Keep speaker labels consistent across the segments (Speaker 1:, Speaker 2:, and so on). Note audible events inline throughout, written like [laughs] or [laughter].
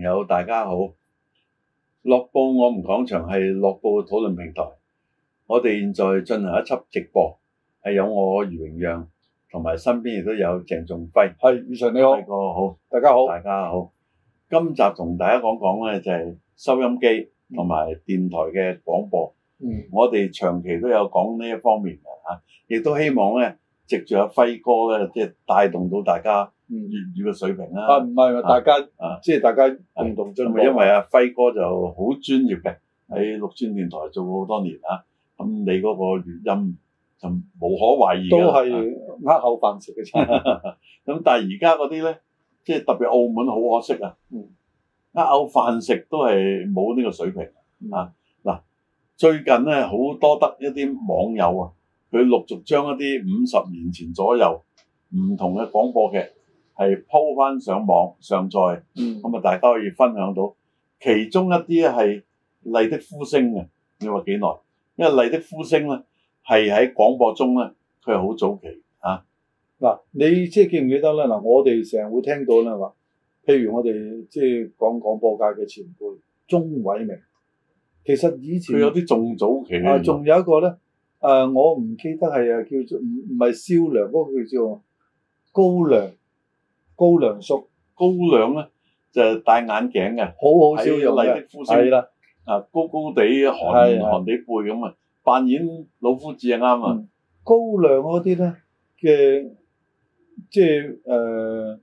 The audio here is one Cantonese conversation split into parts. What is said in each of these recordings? Speaker 1: 友大家好，樂報我們講場係樂報討論平台，我哋現在進行一輯直播，係有我余榮讓，同埋身邊亦都有鄭仲輝。
Speaker 2: 係，宇常你好，
Speaker 1: 輝哥好，
Speaker 2: 大家好。
Speaker 1: 大家好。今集同大家講講咧就係收音機同埋電台嘅廣播。
Speaker 2: 嗯，
Speaker 1: 我哋長期都有講呢一方面嘅嚇，亦都希望咧，藉住阿輝哥咧，即係帶動到大家粵
Speaker 2: 嗯，
Speaker 1: 語嘅水平
Speaker 2: 啊
Speaker 1: 啦。
Speaker 2: 唔係
Speaker 1: 啊
Speaker 2: 大家
Speaker 1: 啊
Speaker 2: 即係大家共同進
Speaker 1: 咁
Speaker 2: 步。
Speaker 1: 啊，因為阿輝哥就好專業嘅，喺綠邨電台做過好多年啦。咁你嗰個粵音就無可懷疑
Speaker 2: 都
Speaker 1: 㗎啦
Speaker 2: 係
Speaker 1: 啊
Speaker 2: 呃口飯食嘅啫。
Speaker 1: [laughs] 咁但係而家嗰啲咧，即係特別澳門好可惜啊，
Speaker 2: 嗯
Speaker 1: 呃口飯食都係冇呢個水平。啊最近咧好多得一啲網友啊，佢陸續將一啲五十年前左右唔同嘅廣播劇係鋪翻上網上載，
Speaker 2: 嗯，
Speaker 1: 咁啊大家可以分享到。其中一啲係麗的呼聲嘅，你話幾耐？因為麗的呼聲咧係喺廣播中咧，佢係好早期啊，
Speaker 2: 嗱，你即係記唔記得咧？嗱，我哋成日會聽到咧話，譬如我哋即係講廣播界嘅前輩鐘偉明，其實以前
Speaker 1: 佢有啲仲早期
Speaker 2: 嗯啊，
Speaker 1: 嘅。
Speaker 2: 仲有一個咧，誒、我唔記得係啊，叫做唔唔係蕭良嗰、個叫做高良高良叔，
Speaker 1: 高亮咧就係戴眼鏡嘅，
Speaker 2: 好好笑
Speaker 1: 喺
Speaker 2: 容
Speaker 1: 麗
Speaker 2: 嘅，
Speaker 1: 的呼聲
Speaker 2: 係啦，
Speaker 1: 啊高高地寒
Speaker 2: 係係
Speaker 1: 寒地背咁啊，扮演老夫子啊啱啊
Speaker 2: 嗯，高良嗰啲咧嘅即係誒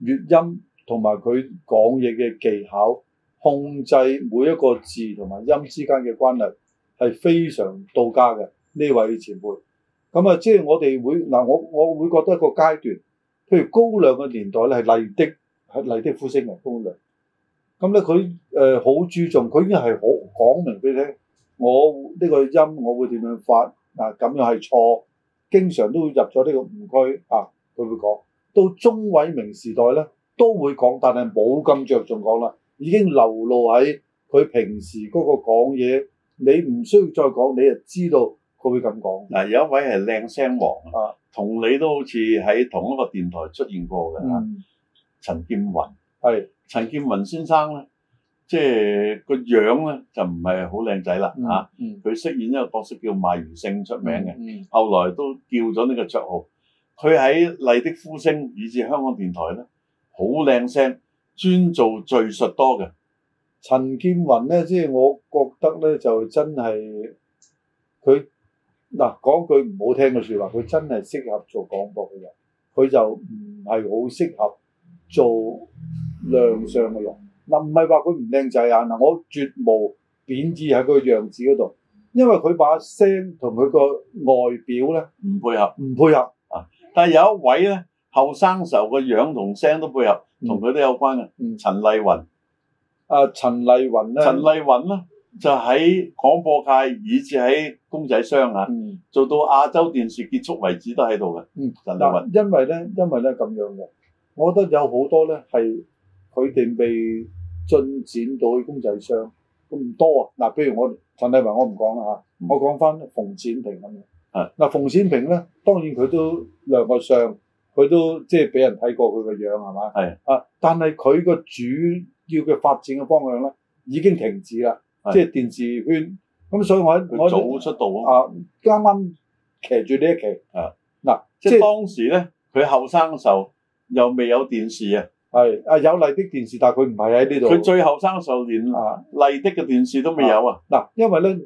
Speaker 2: 粵音同埋佢講嘢嘅技巧，控制每一個字同埋音之間嘅關係係非常到家嘅呢位前輩。咁啊，即係我哋會嗱，我我會覺得一個階段，譬如高亮嘅年代咧係麗的係麗的呼聲嘅高亮。咁咧佢誒好注重，佢已經係好講明俾你聽，我呢個音我會點樣發。嗱啊咁樣係錯，經常都會入咗呢個誤區啊，佢會講。到鐘偉明時代咧，都會講，但係冇咁着重講啦，已經流露喺佢平時嗰個講嘢，你唔需要再講，你就知道佢會咁講。
Speaker 1: 嗱，有一位係靚聲王
Speaker 2: 啊，
Speaker 1: 同你都好似喺同一個電台出現過嘅、
Speaker 2: 嗯，
Speaker 1: 陳建雲。
Speaker 2: 係，
Speaker 1: 陳建雲先生咧，即係個樣咧就唔係好靚仔啦嚇。啊
Speaker 2: 嗯，
Speaker 1: 佢、飾演一個角色叫賣魚勝出名嘅，
Speaker 2: 啊嘅，
Speaker 1: 後來都叫咗呢個綽號。佢喺麗的呼聲以至香港電台咧，好靚聲，專做敘述多嘅。
Speaker 2: 陳建雲咧，即係我覺得咧，就真係佢嗱講句唔好聽嘅説話，佢真係適合做廣播嘅人，佢就唔係好適合做亮相嘅人。嗱，唔係話佢唔靚仔啊，嗱，我絕無貶義喺佢樣子嗰度，因為佢把聲同佢個外表咧
Speaker 1: 唔配合，
Speaker 2: 唔配合。
Speaker 1: 但係有一位咧，後生時候個樣同聲都配合，同佢都有關嘅。
Speaker 2: 嗯
Speaker 1: 陳麗雲。
Speaker 2: 啊，陳麗雲咧，
Speaker 1: 陳麗雲咧就喺廣播界，以至喺公仔商啊，
Speaker 2: 嗯。
Speaker 1: 做到亞洲電視結束為止都喺度嘅。
Speaker 2: 嗯，
Speaker 1: 陳麗雲
Speaker 2: 嗱，因為咧，因為咧咁樣嘅，我覺得有好多咧係佢哋未進展到去公仔商，唔多啊。嗱，譬如我陳麗雲，我唔講啦嚇
Speaker 1: 嗯，
Speaker 2: 我講翻馮展平咁樣。
Speaker 1: 係
Speaker 2: 嗱，馮展平咧，當然佢都亮過相，佢都即係俾人睇過佢個樣係嘛？
Speaker 1: 係
Speaker 2: 啊，但係佢個主要嘅發展嘅方向咧已經停止啦，
Speaker 1: 係
Speaker 2: 即係電視圈。咁所以我喺
Speaker 1: 佢
Speaker 2: 我喺
Speaker 1: 早出道啊，
Speaker 2: 啊啱啱騎住呢一期
Speaker 1: 啊
Speaker 2: 嗱，
Speaker 1: 即係當時咧，佢後生嘅時候又未有電視啊，
Speaker 2: 係啊，有麗的電視，但係佢唔係喺呢度。
Speaker 1: 佢最後生嘅時候連
Speaker 2: 啊
Speaker 1: 麗的嘅電視都未有啊。
Speaker 2: 嗱，因為咧，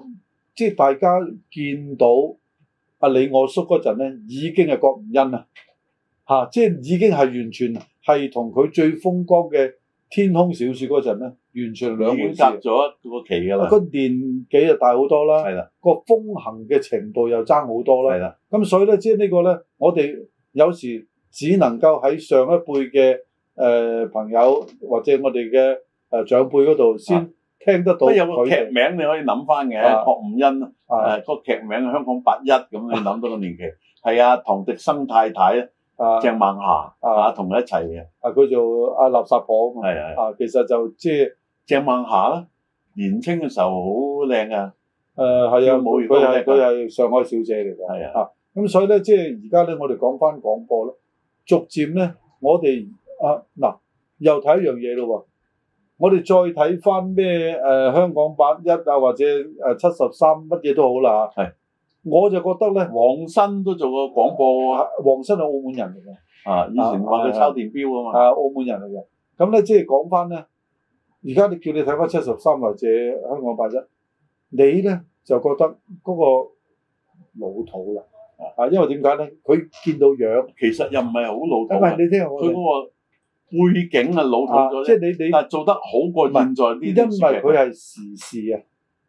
Speaker 2: 即係大家見到阿李我叔嗰陣咧，已經係郭吳欣啦，嚇、即係已經係完全係同佢最風光嘅天空小説嗰陣咧，完全兩
Speaker 1: 已
Speaker 2: 回
Speaker 1: 經
Speaker 2: 事
Speaker 1: 隔。咗一個期㗎啦，
Speaker 2: 個年紀就大好多啦，
Speaker 1: 係啦，
Speaker 2: 個風行嘅程度又爭好多啦
Speaker 1: 係。啦，
Speaker 2: 咁所以咧，即係呢個咧，我哋有時只能夠喺上一輩嘅誒、呃朋友或者我哋嘅誒長輩嗰度先聽得
Speaker 1: 啊不
Speaker 2: 到
Speaker 1: 過有個
Speaker 2: 佢
Speaker 1: 劇
Speaker 2: 哋
Speaker 1: 名你可以諗翻嘅，
Speaker 2: 啊
Speaker 1: 郭五欣啊
Speaker 2: 啊
Speaker 1: 誒個劇名香港八一咁，你諗到個
Speaker 2: [laughs]
Speaker 1: 年期係啊，唐迪生太太咧，
Speaker 2: 啊
Speaker 1: 鄭孟霞啊，
Speaker 2: 啊
Speaker 1: 同佢一齊嘅，
Speaker 2: 啊！佢做啊垃圾婆啊
Speaker 1: 係係。
Speaker 2: 嘛啊，其實就即係
Speaker 1: 鄭孟霞啦，年青嘅時候好靚啊，
Speaker 2: 誒係
Speaker 1: 跳
Speaker 2: 啊，
Speaker 1: 舞亦
Speaker 2: 佢
Speaker 1: 都
Speaker 2: 係
Speaker 1: 好
Speaker 2: 佢
Speaker 1: 叻
Speaker 2: 係上海小姐嚟㗎。
Speaker 1: 係啊，
Speaker 2: 啊，咁所以咧，即係而家咧，我哋講翻廣播咧，逐漸咧，我哋啊嗱，又睇一樣嘢咯我哋再睇翻咩誒香港八一啊，或者誒七十三乜嘢都好啦嚇。
Speaker 1: 係
Speaker 2: 我就覺得咧，
Speaker 1: 黃新都做過廣播啊，
Speaker 2: 黃生係澳門人嚟嘅，
Speaker 1: 啊以前話佢抄電錶啊嘛，
Speaker 2: 啊澳門人嚟嘅。咁咧即係講翻咧，而家你叫你睇翻七十三或者香港八一，你咧就覺得嗰個老土啦。啊，因為點解咧？佢見到樣，
Speaker 1: 其實又唔係好
Speaker 2: 因
Speaker 1: 老土嘅，
Speaker 2: 為你聽我
Speaker 1: 佢
Speaker 2: 哋
Speaker 1: 嗰個背景啊老
Speaker 2: 啊
Speaker 1: 土咗，
Speaker 2: 即
Speaker 1: 啫，
Speaker 2: 係你你。
Speaker 1: 但係做得好過現在呢
Speaker 2: 因
Speaker 1: 啲
Speaker 2: 為
Speaker 1: 時期
Speaker 2: 佢係時事啊，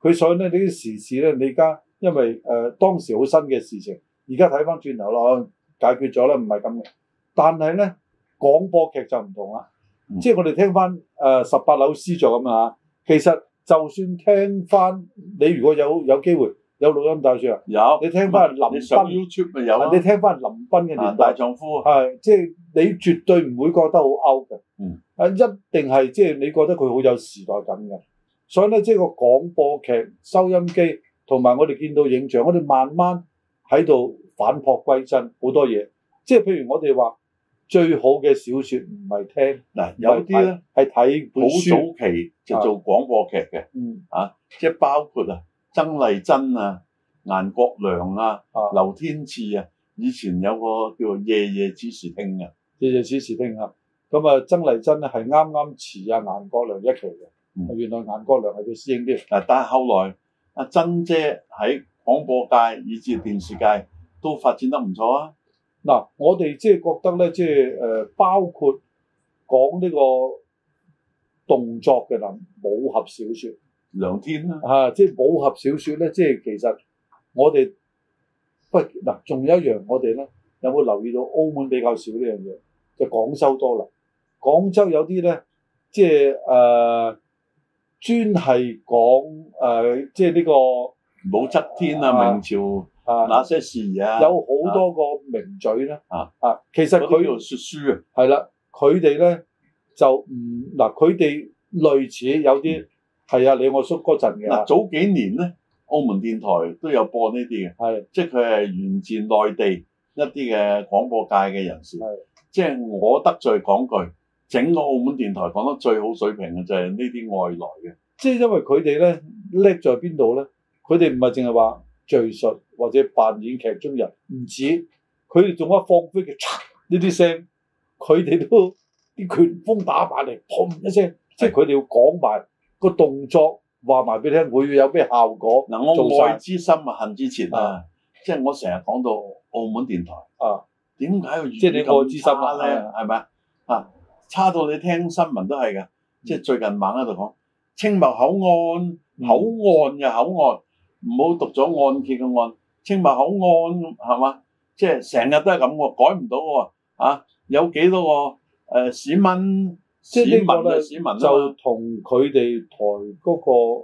Speaker 2: 佢所以咧呢啲時事咧，你而家因為誒、呃、當時好新嘅事情，而家睇翻轉頭啦，哦解決咗啦，唔係咁嘅。但係咧廣播劇就唔同啦，
Speaker 1: 嗯
Speaker 2: 即係我哋聽翻誒十八樓 C 座咁啊，其實就算聽翻你如果有有機會有錄音帶住啊，
Speaker 1: 有，
Speaker 2: 你聽翻林
Speaker 1: 你上
Speaker 2: 斌，
Speaker 1: YouTube 咪有啊
Speaker 2: 你聽翻林斌嘅
Speaker 1: 啊
Speaker 2: 年代
Speaker 1: 大。丈夫啊，
Speaker 2: 係，即係你絕對唔會覺得好 out 嘅。
Speaker 1: 嗯。
Speaker 2: 啊，一定係即係你覺得佢好有時代感嘅。所以咧，即係個廣播劇、收音機同埋我哋見到影像，我哋慢慢喺度反璞歸真好多嘢。即係譬如我哋話最好嘅小説唔係聽，
Speaker 1: 嗱有啲咧
Speaker 2: 係啊睇
Speaker 1: 好
Speaker 2: 本書。
Speaker 1: 早期就做廣播劇嘅。
Speaker 2: 嗯
Speaker 1: 即係包括啊曾麗珍啊、顏國良啊、
Speaker 2: 啊，
Speaker 1: 劉天賜啊，以前有個叫做夜夜子時聽嘅，
Speaker 2: 夜夜此時聽下。咁啊，曾麗珍咧係啱啱遲啊顏國良一期嘅。
Speaker 1: 嗯
Speaker 2: 原來顏國良係佢師兄啲。
Speaker 1: 嗱但係後來阿珍姐喺廣播界以至電視界都發展得唔錯啊，
Speaker 2: 嗱，我哋即係覺得咧，即係誒，包括講呢個動作嘅嗱，武俠小説
Speaker 1: 梁天啦、
Speaker 2: 啊，即係武俠小説咧，即係其實我哋不嗱，仲有一樣我哋咧，有冇留意到澳門比較少呢樣嘢？就廣州多啦，廣州有啲咧，即係誒、呃專係講誒，即係呢、個
Speaker 1: 武則天
Speaker 2: 啊
Speaker 1: 啊、明朝
Speaker 2: 啊，
Speaker 1: 那些事啊，
Speaker 2: 有好多個名嘴咧
Speaker 1: 啊
Speaker 2: 啊，其實
Speaker 1: 嗰啲
Speaker 2: 佢
Speaker 1: 叫。做説書啊，
Speaker 2: 係啦，佢哋咧就唔嗱，佢哋類似有啲係啊，啊你我叔嗰陣
Speaker 1: 嗯嗱
Speaker 2: 嘅，
Speaker 1: 早幾年咧，澳門電台都有播呢啲嘅。
Speaker 2: 係
Speaker 1: 即係佢係源自內地一啲嘅廣播界嘅人士
Speaker 2: 係，
Speaker 1: 即係我得罪講句，整個澳門電台講得最好水平嘅就係呢啲外來嘅，
Speaker 2: 即係因為佢哋咧叻在邊度咧？佢哋唔係淨係話敍述或者扮演劇中人，唔止佢哋仲一放飛嘅嚓 [laughs] 呢啲聲，佢哋都啲拳風打埋嚟，砰一聲，即係佢哋要講埋個動作，話埋俾你聽會有咩效果
Speaker 1: 嗱我
Speaker 2: 做晒
Speaker 1: 愛之深啊恨之切啊，即係我成日講到澳門電台
Speaker 2: 啊？
Speaker 1: 點解個粵
Speaker 2: 即係你
Speaker 1: 語
Speaker 2: 愛之
Speaker 1: 咁
Speaker 2: 深
Speaker 1: 差
Speaker 2: 啦
Speaker 1: 咧？係咪啊啊？差到你聽新聞都係
Speaker 2: 嗯
Speaker 1: 㗎，即係最近猛喺度講青茂口岸。
Speaker 2: 嗯
Speaker 1: 口啊岸嘅口岸，唔好讀咗按揭嘅按，清白口岸係嘛？即係成日都係咁喎，改唔到喎啊！有幾多個誒、呃市民
Speaker 2: 即
Speaker 1: 市
Speaker 2: 係
Speaker 1: 民
Speaker 2: 呢個
Speaker 1: 嘅
Speaker 2: 咧
Speaker 1: 市民啊
Speaker 2: 就
Speaker 1: 嘛？
Speaker 2: 同佢哋台嗰、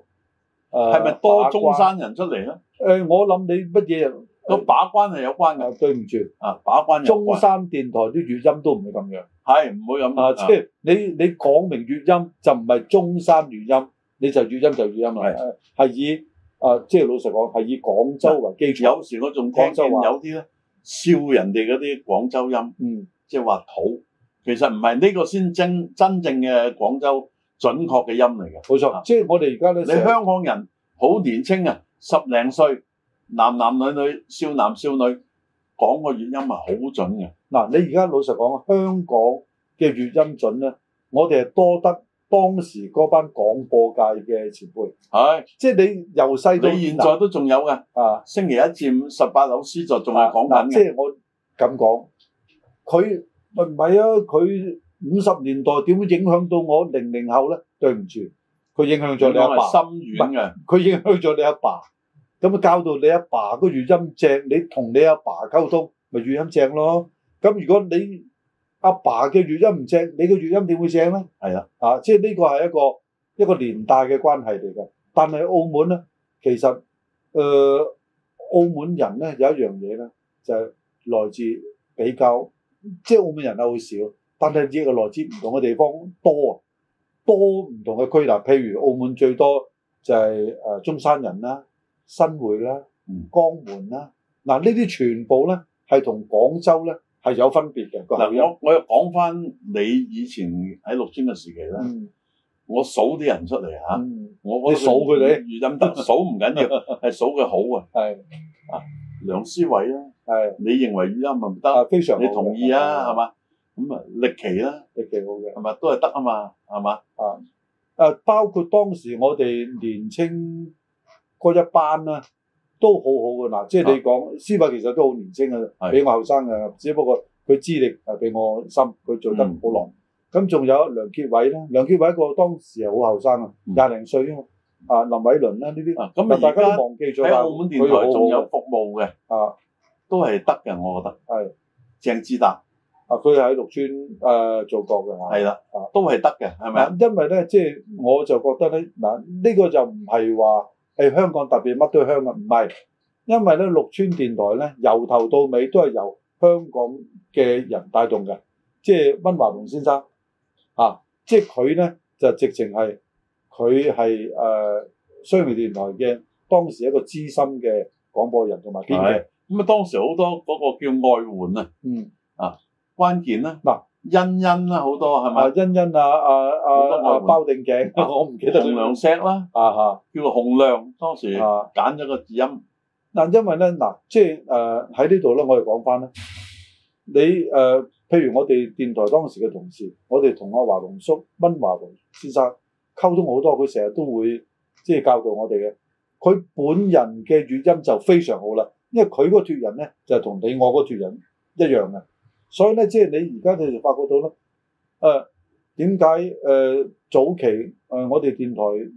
Speaker 2: 個呃誒
Speaker 1: 係咪多中？山人出嚟咧？
Speaker 2: 把關誒、我諗你乜嘢人？
Speaker 1: 個把關係有關嘅
Speaker 2: 誒對唔住，
Speaker 1: 啊，把關有
Speaker 2: 中
Speaker 1: 關
Speaker 2: 山電台啲粵音都唔係咁樣
Speaker 1: 係唔會咁
Speaker 2: 啊！即係你你講明粵音就唔係中山粵音，你就粵音就粵音啦。誒係以啊，即係老實講係以廣州為基礎。
Speaker 1: 有時我仲聽
Speaker 2: 廣州
Speaker 1: 見
Speaker 2: 話
Speaker 1: 有啲咧笑人哋嗰啲廣州音。
Speaker 2: 嗯，
Speaker 1: 即係話土，其實唔係呢個先真真正嘅廣州準確嘅音嚟嘅。
Speaker 2: 冇
Speaker 1: 啊
Speaker 2: 錯。即係我哋而家咧，
Speaker 1: 你香港人好年青啊，十零歲，男男女女、少男少女，講個粵音係好準嘅。
Speaker 2: 嗱，你而家老實講，香港嘅粵音準咧，我哋係多得當時嗰班廣播界嘅前輩，
Speaker 1: 係，
Speaker 2: 即係你由細到
Speaker 1: 你現在都仲有嘅，
Speaker 2: 啊。
Speaker 1: 星期一至五十八樓 C 座仲係講
Speaker 2: 嗱
Speaker 1: 緊
Speaker 2: 即
Speaker 1: 嘅。
Speaker 2: 係我咁講，佢咪唔係啊？佢五十年代點會影響到我零零後咧？對唔住，佢影響咗
Speaker 1: 仲
Speaker 2: 你阿
Speaker 1: 係
Speaker 2: 爸，
Speaker 1: 心軟嘅，
Speaker 2: 佢影響咗你阿爸，咁啊教到你阿爸個語音正，你同你阿爸溝通咪語音正咯。咁如果你阿爸嘅語音唔正，你嘅語音點會正咧？
Speaker 1: 係啊，
Speaker 2: 啊，即係呢個係一個一個連帶嘅關係嚟嘅。但係澳門咧，其實誒、呃澳門人咧有一樣嘢咧，就係、來自比較，即係澳門人咧好少，但係亦係來自唔同嘅地方多啊，多唔同嘅區嗱，譬如澳門最多就係、呃中山人啦、新會啦
Speaker 1: 嗯、
Speaker 2: 江門啦，嗱呢啲全部咧係同廣州咧係有分別嘅個口音
Speaker 1: 嗱，我我又講翻你以前喺陸村嘅時期啦。
Speaker 2: 嗯
Speaker 1: 我數啲人出嚟嚇，
Speaker 2: 嗯，
Speaker 1: 我
Speaker 2: 你數佢哋
Speaker 1: 語
Speaker 2: [laughs]
Speaker 1: 音得數唔緊要，係數佢好啊。
Speaker 2: 係
Speaker 1: 梁思偉啦，
Speaker 2: 係
Speaker 1: 你認為語音咪唔
Speaker 2: 啊，
Speaker 1: 得？
Speaker 2: 非常好
Speaker 1: 你
Speaker 2: 嘅
Speaker 1: 同意啊，係？嘛？咁啊，力奇啦，
Speaker 2: 係幾好嘅。
Speaker 1: 係咪都係得啊嘛？係嘛？
Speaker 2: 誒、包括當時我哋年青嗰一班啦，都好好嘅嗱，即係你講司法其實都好年青嘅，
Speaker 1: 啊係
Speaker 2: 比我後生嘅，只不過佢資歷係比我深，佢做得好
Speaker 1: 嗯
Speaker 2: 耐。咁仲、有梁傑偉啦，梁傑偉個當時係好後生啊，
Speaker 1: 嗯
Speaker 2: 廿零歲啊，啊林偉倫啦呢啲，
Speaker 1: 啊
Speaker 2: 但
Speaker 1: 咁
Speaker 2: 大
Speaker 1: 啊，而
Speaker 2: 家都
Speaker 1: 家
Speaker 2: 忘記咗
Speaker 1: 喺
Speaker 2: 啦。
Speaker 1: 澳門電
Speaker 2: 佢好好
Speaker 1: 台仲有
Speaker 2: 嘅
Speaker 1: 服務嘅，
Speaker 2: 啊
Speaker 1: 都係得嘅，我覺得。
Speaker 2: 係。
Speaker 1: 鄭志達
Speaker 2: 啊，佢喺綠村誒、做過嘅嚇。
Speaker 1: 係啦
Speaker 2: 啊，
Speaker 1: 都係得嘅，係咪啊？
Speaker 2: 嗱，因為咧，即係我就覺得咧，嗱，呢個就唔係話係香港特別乜都香港，唔係，因為咧綠村電台咧由頭到尾都係由香港嘅人帶動嘅，即係温華龍先生啊，即係佢咧就直情係佢係誒商業電台嘅當時一個資深嘅廣播人同埋編劇，
Speaker 1: 咁啊，當時好多嗰個叫外援啊，
Speaker 2: 嗯，
Speaker 1: 關鍵啦，
Speaker 2: 嗱，
Speaker 1: 欣欣啦，好多係
Speaker 2: 啊
Speaker 1: 咪？
Speaker 2: 欣欣啊啊啊
Speaker 1: 好多外
Speaker 2: 啊
Speaker 1: 援
Speaker 2: 包定頸，我唔記得
Speaker 1: 洪
Speaker 2: 佢
Speaker 1: 亮石啦，
Speaker 2: 啊
Speaker 1: 叫洪亮，當時
Speaker 2: 嚇啊。
Speaker 1: 揀咗個字音。
Speaker 2: 嗱，因為咧嗱，即係誒喺呢度咧，我哋講翻咧，你誒、呃譬如我哋電台當時嘅同事，我哋同阿華龍叔、温華龍先生溝通好多，佢成日都會即係教導我哋嘅。佢本人嘅語音就非常好啦，因為佢嗰脱人咧就係同你我嗰脱人一樣嘅，所以咧即係你而家你就發覺到咧，誒點解誒早期誒、呃我哋電台，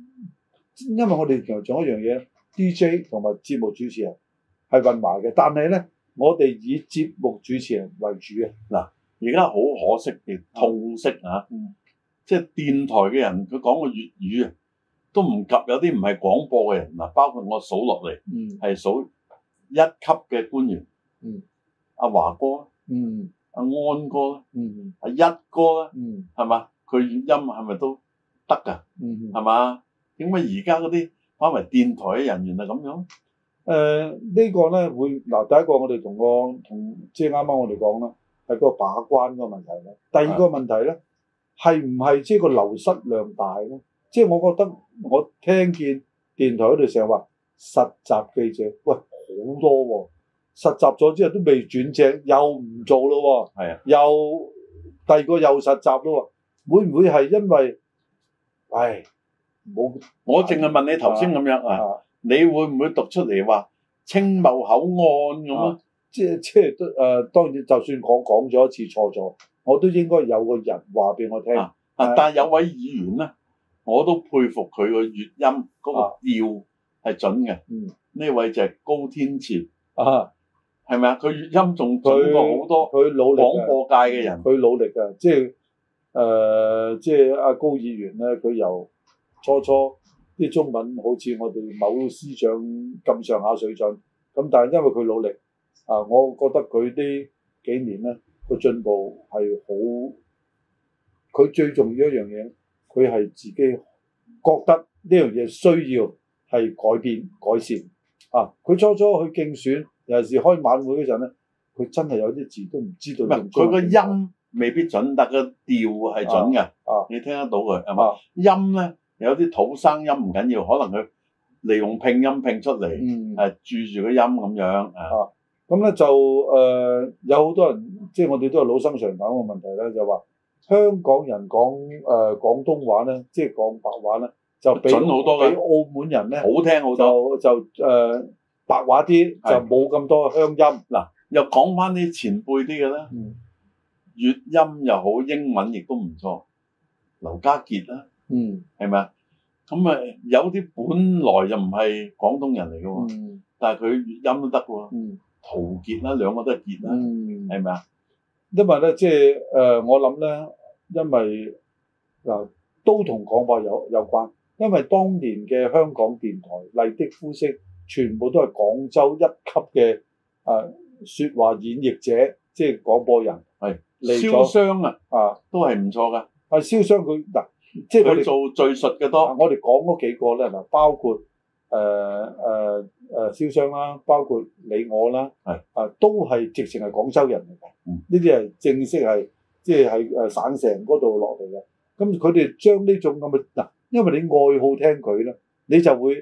Speaker 2: 因為我哋電台仲有一樣嘢。DJ 同埋節目主持人係混埋嘅，但係咧，我哋以節目主持人為主啊嘅。
Speaker 1: 而家好可惜嘅痛惜啊！
Speaker 2: 嗯
Speaker 1: 即係電台嘅人，佢講個粵語啊，都唔及有啲唔係廣播嘅人嗱，包括我數落嚟
Speaker 2: 嗯
Speaker 1: 係數一級嘅官員，
Speaker 2: 嗯，
Speaker 1: 阿華哥啦，
Speaker 2: 嗯
Speaker 1: 阿安哥啦，
Speaker 2: 嗯
Speaker 1: 阿一哥啦，
Speaker 2: 嗯
Speaker 1: 係嘛？佢語音係咪都得㗎？
Speaker 2: 嗯。
Speaker 1: 係嘛？點解而家嗰啲反為電台嘅人員係咁樣？
Speaker 2: 誒、呃呢個咧會嗱，第一個我哋同個同即係啱啱我哋講啦，係個把關個問題咧。第二個問題咧係唔係即係個流失量大咧？即係我覺得我聽見電台嗰度成日話實習記者，喂好多喎、實習咗之後都未轉正，又唔做咯喎、
Speaker 1: 係啊，
Speaker 2: 又第二個又實習咯喎、會唔會係因為唉冇
Speaker 1: 我淨係問你頭先咁樣啊，
Speaker 2: 啊？
Speaker 1: 你會唔會讀出嚟話青茂口岸咁啊？
Speaker 2: 即係即係都誒，當然就算講講咗一次錯咗，我都應該有個人話俾我聽。
Speaker 1: 啊啊
Speaker 2: 係！
Speaker 1: 但係有位議員咧，我都佩服佢個粵音嗰、
Speaker 2: 啊
Speaker 1: 個調係準嘅。
Speaker 2: 嗯
Speaker 1: 呢位就係高天賜，
Speaker 2: 啊，
Speaker 1: 係咪啊？佢粵音仲準
Speaker 2: 佢
Speaker 1: 過好多
Speaker 2: 佢努力啊
Speaker 1: 廣
Speaker 2: 嘅，
Speaker 1: 播界嘅人。
Speaker 2: 佢努力嘅，即係誒、呃即係阿高議員咧，佢由初初啲中文好似我哋某司長咁上下水準，咁但係因為佢努力啊，我覺得佢呢幾年咧個進步係好。佢最重要一樣嘢，佢係自己覺得呢樣嘢需要係改變改善啊！佢初初去競選，尤其是開晚會嗰陣咧，佢真係有啲字都唔知道
Speaker 1: 唔
Speaker 2: 用
Speaker 1: 係
Speaker 2: 中
Speaker 1: 佢個
Speaker 2: 文點講。
Speaker 1: 音未必準，但個調係準嘅。
Speaker 2: 啊
Speaker 1: 你聽得到佢係
Speaker 2: 啊
Speaker 1: 嘛？音咧有啲土生音唔緊要，可能佢利用拼音拼出嚟，
Speaker 2: 嗯，
Speaker 1: 誒注住個音咁樣啊。
Speaker 2: 咁咧就誒、呃有好多人，即係我哋都係老生常談嘅問題咧，就話香港人講誒、呃、廣東話咧，即係講白話咧，就比
Speaker 1: 準好多㗎
Speaker 2: 比澳門人咧
Speaker 1: 好聽好多。
Speaker 2: 就就誒、呃白話啲，就
Speaker 1: 係
Speaker 2: 冇咁多鄉音。
Speaker 1: 又講翻啲前輩啲嘅啦，
Speaker 2: 嗯
Speaker 1: 粵音又好，英文亦都唔錯。劉家傑啦，
Speaker 2: 嗯
Speaker 1: 係咪啊？咁啊，有啲本來又唔係廣東人嚟嘅喎，
Speaker 2: 嗯。
Speaker 1: 但係佢粵音都得喎。
Speaker 2: 嗯
Speaker 1: 陶傑啦，兩個都係傑啦，
Speaker 2: 嗯，
Speaker 1: 係咪啊？
Speaker 2: 因為咧，即係誒、呃我諗咧，因為嗱、都同廣播有有關，因為當年嘅香港電台麗的呼聲，全部都係廣州一級嘅誒説話演繹者，即係廣播人
Speaker 1: 係
Speaker 2: 嚟
Speaker 1: 蕭
Speaker 2: 咗
Speaker 1: 商啊，
Speaker 2: 啊，
Speaker 1: 都係唔錯噶。
Speaker 2: 係燒傷佢嗱，即係我
Speaker 1: 佢
Speaker 2: 哋
Speaker 1: 做敘述嘅多，
Speaker 2: 啊我哋講嗰幾個咧，嗱，包括呃誒誒誒燒傷啦，包括你我啦，
Speaker 1: 係
Speaker 2: 啊，都係直情係廣州人嚟嘅
Speaker 1: 嗯，
Speaker 2: 呃呢啲係正式係即係係誒省城嗰度落嚟嘅。咁佢哋將呢種咁嘅嗱，因為你愛好聽佢咧，你就會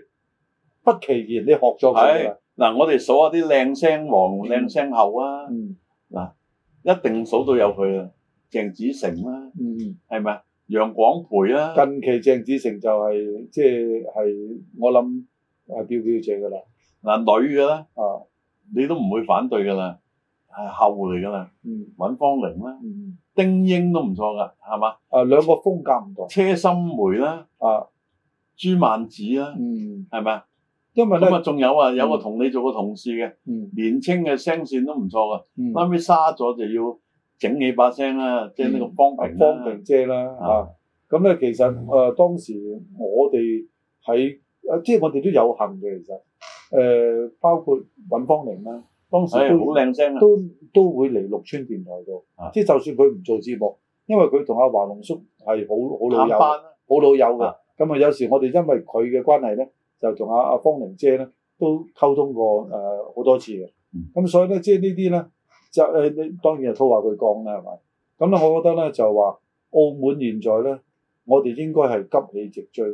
Speaker 2: 不其然你學咗佢㗎啦。
Speaker 1: 嗱，我哋數下啲靚聲王、靚聲后啊，
Speaker 2: 嗯
Speaker 1: 一定數到有佢啊，鄭子誠啦，
Speaker 2: 嗯，嗯
Speaker 1: 係咪啊？楊廣培啦，
Speaker 2: 近期鄭子誠就係即係係我諗係表表姐㗎啦。
Speaker 1: 嗱女嘅啦，
Speaker 2: 啊，
Speaker 1: 你都唔會反對㗎啦，係後嚟㗎啦，
Speaker 2: 嗯
Speaker 1: 尹芳玲啦，
Speaker 2: 嗯，
Speaker 1: 丁英都唔錯㗎，係嘛？
Speaker 2: 啊兩個風格唔同
Speaker 1: 車心梅啦，
Speaker 2: 啊，
Speaker 1: 朱曼子啦，
Speaker 2: 嗯，
Speaker 1: 係咪啊？
Speaker 2: 因為
Speaker 1: 咁
Speaker 2: 咧，
Speaker 1: 啊，仲有啊，有個同你做過同事嘅
Speaker 2: 嗯
Speaker 1: 年青嘅聲線都唔錯㗎。
Speaker 2: 嗯。
Speaker 1: 後尾沙咗就要整起把聲啦，即係呢個方平啦
Speaker 2: 方平姐啦
Speaker 1: 啊嗯
Speaker 2: 嚇。咁咧、其實誒、呃、當時我哋喺誒，即係我哋都有幸嘅其實誒、呃包括尹芳玲啦，當時
Speaker 1: 唉好
Speaker 2: 都、
Speaker 1: 靚聲啊！
Speaker 2: 都都會嚟綠村電台度，
Speaker 1: 啊
Speaker 2: 即係就算佢唔做節目，因為佢同阿華龍叔係好好老
Speaker 1: 探
Speaker 2: 友，啊
Speaker 1: 班啦，
Speaker 2: 好老友㗎
Speaker 1: 啊。
Speaker 2: 咁啊有時我哋因為佢嘅關係咧，就同阿阿芳玲姐咧都溝通過誒呃好、多次嘅
Speaker 1: 嗯。
Speaker 2: 咁所以咧，即係呢啲咧。就誒，你當然係套話佢講啦，係咪？咁咧，我覺得咧就話澳門現在咧，我哋應該係急起直追，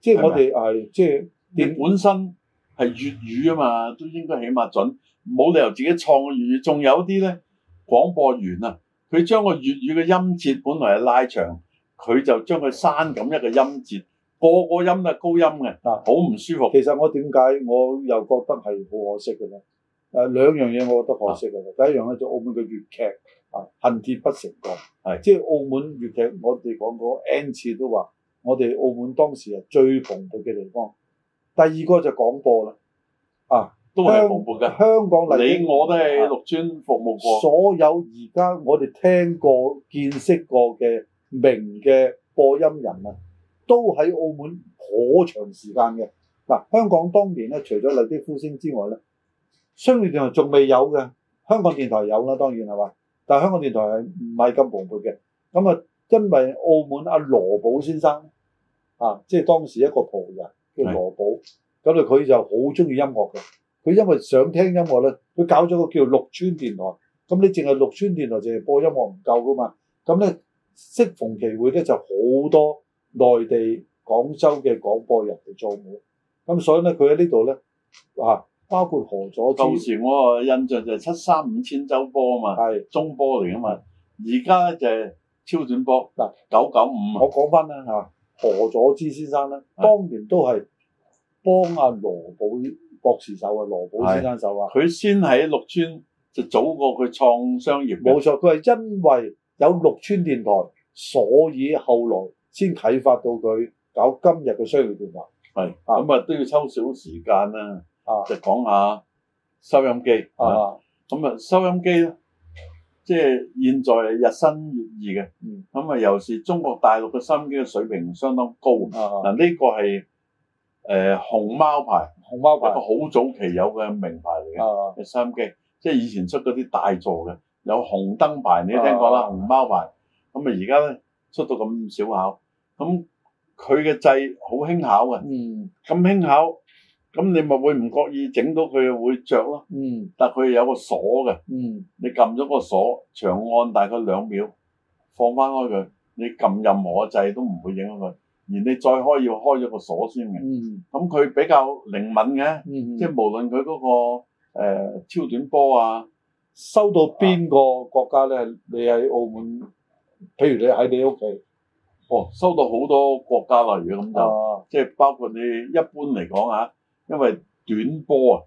Speaker 2: 即係我哋
Speaker 1: 啊
Speaker 2: 係即係
Speaker 1: 你
Speaker 2: 點
Speaker 1: 本身係粵語啊嘛，都應該起碼準，冇理由自己創個粵語。仲有啲咧廣播員啊，佢將個粵語嘅音節本來係拉長，佢就將佢刪咁一個音節，個個音都係高音嘅，
Speaker 2: 啊
Speaker 1: 好唔舒服。
Speaker 2: 其實我點解我又覺得係好可惜嘅咧？誒兩樣嘢我覺得可惜嘅，
Speaker 1: 啊
Speaker 2: 第一樣咧就澳門嘅粵劇啊，恨鐵不成鋼，
Speaker 1: 係
Speaker 2: 即係澳門粵劇，我哋講過 N 次都話，我哋澳門當時係最蓬勃嘅地方。第二個就廣播啦，
Speaker 1: 都係蓬勃嘅。
Speaker 2: 香港嚟
Speaker 1: 你我都係
Speaker 2: 啊
Speaker 1: 綠村服務過，
Speaker 2: 所有而家我哋聽過、見識過嘅名嘅播音人啊，都喺澳門頗長時間嘅。嗱，香港當年咧，除咗麗的呼聲之外咧，商業電台仲未有嘅，香港電台有啦，當然係嘛。但係香港電台係唔係咁蓬勃嘅。咁啊，因為澳門阿羅寶先生啊，即係當時一個葡人叫羅寶，咁啊佢就好中意音樂嘅。佢因為想聽音樂咧，佢搞咗個叫綠村電台。咁你淨係綠村電台淨係播音樂唔夠噶嘛？咁咧適逢其會咧就好多內地廣州嘅廣播人嚟做媒，咁所以咧佢喺呢度咧啊，包括何佐芝
Speaker 1: 舊時我印象就係七三五千周波啊嘛，
Speaker 2: 係。
Speaker 1: 中波嚟啊嘛，而家就係超短波
Speaker 2: 嗱
Speaker 1: 九九五啊
Speaker 2: 我講翻啦嚇，何佐芝先生咧，
Speaker 1: 係
Speaker 2: 當年都係幫阿羅寶博士手啊，羅寶先生手啊，
Speaker 1: 佢先喺綠村就早過佢創商業嘅
Speaker 2: 冇錯，佢係因為有綠村電台，所以後來先啟發到佢搞今日嘅商業電台
Speaker 1: 係
Speaker 2: 啊
Speaker 1: 咁啊都要抽少時間啦，
Speaker 2: 啊
Speaker 1: 就講下收音機啊。
Speaker 2: 啊，
Speaker 1: 咁啊收音機咧，即係現在係日新月異嘅
Speaker 2: 嗯，
Speaker 1: 咁啊尤其是中國大陸嘅收音機嘅水平相當高。
Speaker 2: 啊
Speaker 1: 嗱呢個係誒熊貓牌，
Speaker 2: 紅貓
Speaker 1: 一
Speaker 2: 牌
Speaker 1: 個好早期有嘅名牌嚟嘅。
Speaker 2: 啊，
Speaker 1: 嘅收音機，即係以前出嗰啲大座嘅，有紅燈牌，你都聽過啦，
Speaker 2: 啊
Speaker 1: 紅貓牌。咁啊，而家咧出到咁少巧，咁佢嘅掣好輕巧嘅，
Speaker 2: 嗯
Speaker 1: 咁輕巧，咁你咪會唔覺意整到佢會着咯。
Speaker 2: 嗯
Speaker 1: 但係佢有個鎖嘅，
Speaker 2: 嗯
Speaker 1: 你撳咗個鎖，長按大概兩秒，放翻開佢，你撳任何嘅掣都唔會影響佢。而你再開要開咗個鎖先嘅，
Speaker 2: 嗯
Speaker 1: 咁佢比較靈敏嘅，
Speaker 2: 嗯，
Speaker 1: 即係無論佢嗰、個、呃、超短波啊。
Speaker 2: 收到邊個國家咧？你喺澳門，譬如你喺你屋企
Speaker 1: 哦，收到好多國家啦，如果咁就、
Speaker 2: 啊，
Speaker 1: 即係包括你一般嚟講啊，因為短波啊，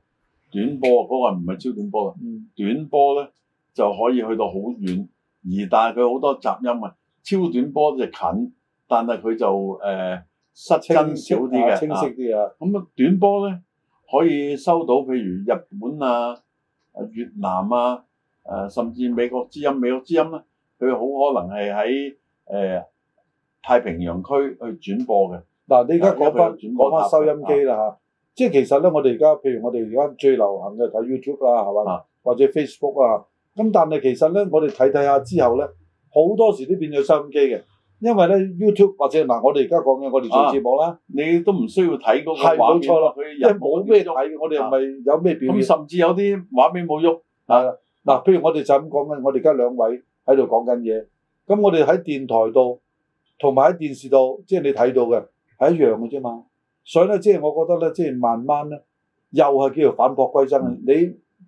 Speaker 1: 短波嗰、個唔係超短波啦，
Speaker 2: 嗯
Speaker 1: 短波咧就可以去到好遠，而但係佢好多雜音啊，超短波就近，但係佢就誒、呃、失
Speaker 2: 清
Speaker 1: 真少啲嘅
Speaker 2: 啊清晰
Speaker 1: 啊
Speaker 2: 啲啊，
Speaker 1: 咁啊，短波咧可以收到譬如日本啊、啊越南啊、誒、甚至美國之音，美國之音咧，佢好可能係喺誒太平洋區去轉播嘅。
Speaker 2: 嗱，你而家講翻
Speaker 1: 有轉播
Speaker 2: 講啊翻收音機啦嚇，即係其實咧，我哋而家譬如我哋而家最流行嘅睇 YouTube 啦，係嘛
Speaker 1: 啊，
Speaker 2: 或者 Facebook 啊，咁但係其實咧，我哋睇睇下之後咧，好多時都變咗收音機嘅，因為咧 YouTube 或者嗱，我哋而家講嘅我哋做節目啦，
Speaker 1: 你都唔需要睇嗰個畫
Speaker 2: 係冇
Speaker 1: 面
Speaker 2: 錯啦
Speaker 1: 啦，佢
Speaker 2: 啊因為
Speaker 1: 人
Speaker 2: 冇啊咩
Speaker 1: 喐
Speaker 2: 睇，我哋係咪有咩表
Speaker 1: 咁
Speaker 2: 現？
Speaker 1: 甚至有啲畫面冇喐，
Speaker 2: 啊嗱，譬如我哋就咁講緊，我哋而家兩位喺度講緊嘢，咁我哋喺電台度同埋喺電視度，即係你睇到嘅係一樣嘅啫嘛。所以咧，即係我覺得咧，即係慢慢咧，又係叫做反璞歸真啊！你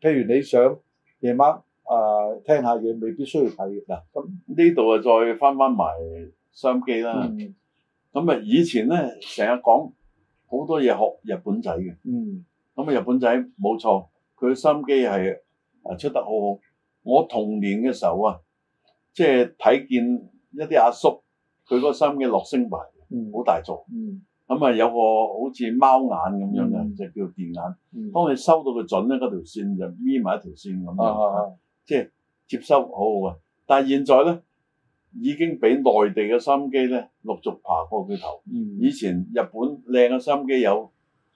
Speaker 2: 譬如你想夜晚啊聽下嘢，未必需要睇嘅嗱。咁
Speaker 1: 呢度啊，再翻翻埋收音機啦。
Speaker 2: 嗯
Speaker 1: 咁啊，以前咧成日講好多嘢學日本仔嘅。
Speaker 2: 嗯
Speaker 1: 咁啊，日本仔冇錯，佢收音機係啊出得好好。我童年嘅時候啊，即係睇見一啲阿叔，佢個收音機落星牌，
Speaker 2: 嗯
Speaker 1: 好大座。
Speaker 2: 嗯
Speaker 1: 咁啊，有個好似貓眼咁樣
Speaker 2: 嗯
Speaker 1: 嘅，就叫電眼。
Speaker 2: 嗯
Speaker 1: 當你收到個準咧，嗰條線就搣埋一條線咁
Speaker 2: 啊啊
Speaker 1: 樣。
Speaker 2: 啊
Speaker 1: 接收好好嘅。但係現在咧已經俾內地嘅收音機咧陸續爬過佢頭。
Speaker 2: 嗯
Speaker 1: 以前日本靚嘅收音機有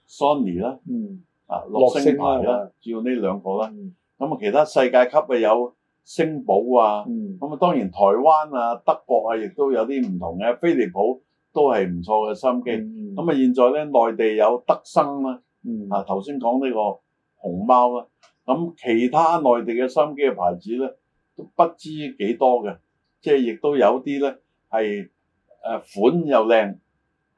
Speaker 1: Sony 啦，
Speaker 2: 嗯
Speaker 1: 啊樂聲牌
Speaker 2: 樂聲啦
Speaker 1: 啦，主要呢兩個啦。
Speaker 2: 嗯
Speaker 1: 咁啊，其他世界級嘅有星寶啊，
Speaker 2: 嗯
Speaker 1: 咁啊當然台灣啊、德國啊，亦都有啲唔同嘅。飛利浦都係唔錯嘅收音機。
Speaker 2: 嗯
Speaker 1: 咁啊，現在咧內地有德生啦，
Speaker 2: 嗯
Speaker 1: 啊頭先講呢個熊貓啦，咁其他內地嘅收音機嘅牌子咧都不知幾多嘅，即係亦都有啲咧係誒款又靚，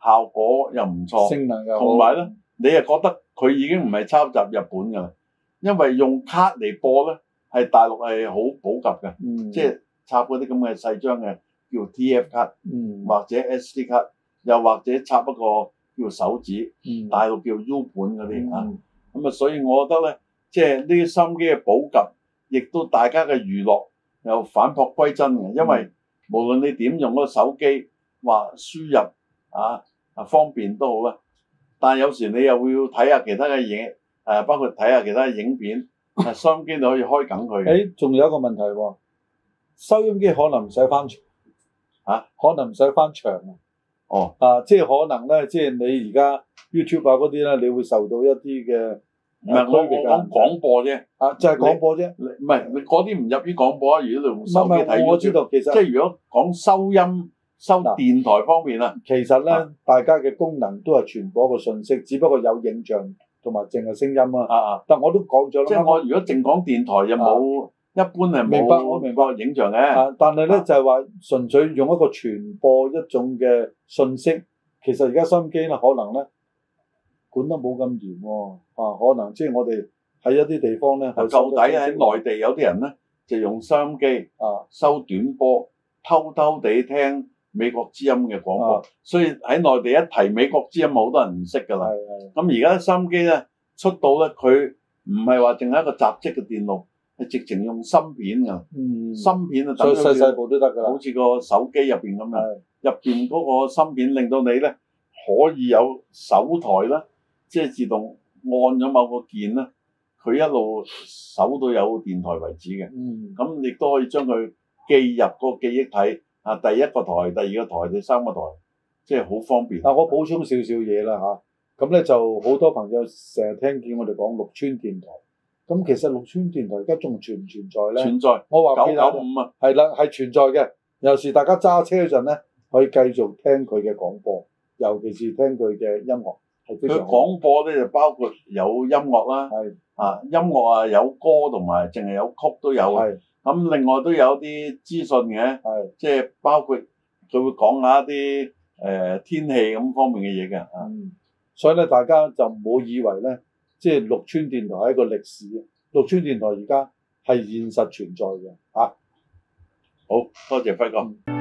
Speaker 1: 效果又唔錯，
Speaker 2: 性能又好
Speaker 1: 同埋咧你又覺得佢已經唔係抄襲日本㗎啦，因為用卡嚟播咧係大陸係好普及嘅，
Speaker 2: 嗯
Speaker 1: 即係插嗰啲咁嘅細張嘅叫 TF 卡
Speaker 2: 嗯
Speaker 1: 或者 SD 卡，又或者插一個叫手指，
Speaker 2: 嗯
Speaker 1: 大陸叫 U 盤嗰啲啊。
Speaker 2: 嗯
Speaker 1: 咁啊，所以我覺得咧，即係呢啲心機嘅普及，亦都大家嘅娛樂又反璞歸真
Speaker 2: 嗯
Speaker 1: 嘅，因為無論你點用嗰個手機話輸入啊啊方便都好啦，但係有時你又會要睇下其他嘅嘢，誒、包括睇下其他嘅影
Speaker 2: [laughs]
Speaker 1: 片，啊收音機你可以開緊佢嘅，
Speaker 2: 誒，哎仲有一個問題喎，收音機可能唔使翻牆
Speaker 1: 啊，
Speaker 2: 可能唔使翻牆啊。
Speaker 1: 哦，
Speaker 2: 啊，即係可能咧，即係你而家 YouTube 啊嗰啲咧，你會受到一啲嘅
Speaker 1: 唔係我我
Speaker 2: 區域啊
Speaker 1: 講廣播啫，
Speaker 2: 啊，就係廣播啫。
Speaker 1: 你唔係你嗰啲唔入於廣播啊，如果你用
Speaker 2: 唔
Speaker 1: 手
Speaker 2: 係唔
Speaker 1: 機睇
Speaker 2: 係，我知
Speaker 1: YouTube，
Speaker 2: 道其
Speaker 1: 即
Speaker 2: 實
Speaker 1: 係如果講收音收
Speaker 2: 嗱
Speaker 1: 電台方面啊，
Speaker 2: 其實咧
Speaker 1: 啊，
Speaker 2: 大家嘅功能都係傳播一個信息，只不過有影像同埋淨係聲音啊。
Speaker 1: 啊啊。
Speaker 2: 但我都講咗啦，
Speaker 1: 即係我如果淨講電台又冇，一般係
Speaker 2: 啊明白
Speaker 1: 冇
Speaker 2: 我明
Speaker 1: 個影像嘅。
Speaker 2: 啊，但係咧
Speaker 1: 啊
Speaker 2: 就係話純粹用一個傳播一種嘅信息，其實而家收音機咧可能咧管得冇咁嚴喎，啊，可能即係我哋喺一啲地方咧係
Speaker 1: 啊舊底
Speaker 2: 收得信息
Speaker 1: 喺內地有啲人咧就用收音機
Speaker 2: 啊，
Speaker 1: 收短波，偷偷地聽美國之音嘅廣
Speaker 2: 啊
Speaker 1: 播，所以喺內地一提美國之音，好多人唔識㗎啦。
Speaker 2: 係係
Speaker 1: 咁而家收音機咧出到咧，佢唔係話淨係一個雜質嘅電路，係直情用芯片㗎。
Speaker 2: 嗯，
Speaker 1: 芯片啊，等
Speaker 2: 所以
Speaker 1: 於好
Speaker 2: 細
Speaker 1: 似
Speaker 2: 細部都得㗎啦
Speaker 1: 好，似個手機入邊咁樣。
Speaker 2: 係
Speaker 1: 入邊嗰個芯片令到你咧可以有手台啦，即係自動按咗某個鍵啦，佢一路搜到有電台為止嘅。
Speaker 2: 嗯
Speaker 1: 咁亦都可以將佢記入個記憶體啊，第一個台、第二個台、第三個台，即係好方便。
Speaker 2: 嗱，我補充少少嘢啦嚇，咁、咧就好多朋友成日聽見我哋講綠村電台，咁其實綠村電台而家仲存唔存在咧？
Speaker 1: 存在
Speaker 2: 我話
Speaker 1: 九
Speaker 2: 俾你聽
Speaker 1: 九。五啊，
Speaker 2: 係啦，係存在嘅。有時大家揸車嗰陣咧，可以繼續聽佢嘅廣播，尤其是聽佢嘅音樂係非
Speaker 1: 佢
Speaker 2: 常好。
Speaker 1: 廣播咧就包括有音樂啦，
Speaker 2: 係
Speaker 1: 啊音樂啊有歌同埋淨係有曲都有嘅。
Speaker 2: 係
Speaker 1: 咁另外都有啲資訊嘅。
Speaker 2: 係
Speaker 1: 即係包括佢會講下一啲誒、呃天氣咁方面嘅嘢嘅啊。
Speaker 2: 嗯，所以咧大家就唔好以為咧，即係綠村電台係一個歷史，綠啊村電台而家係現實存在嘅嚇。
Speaker 1: 好多謝輝哥。
Speaker 2: 嗯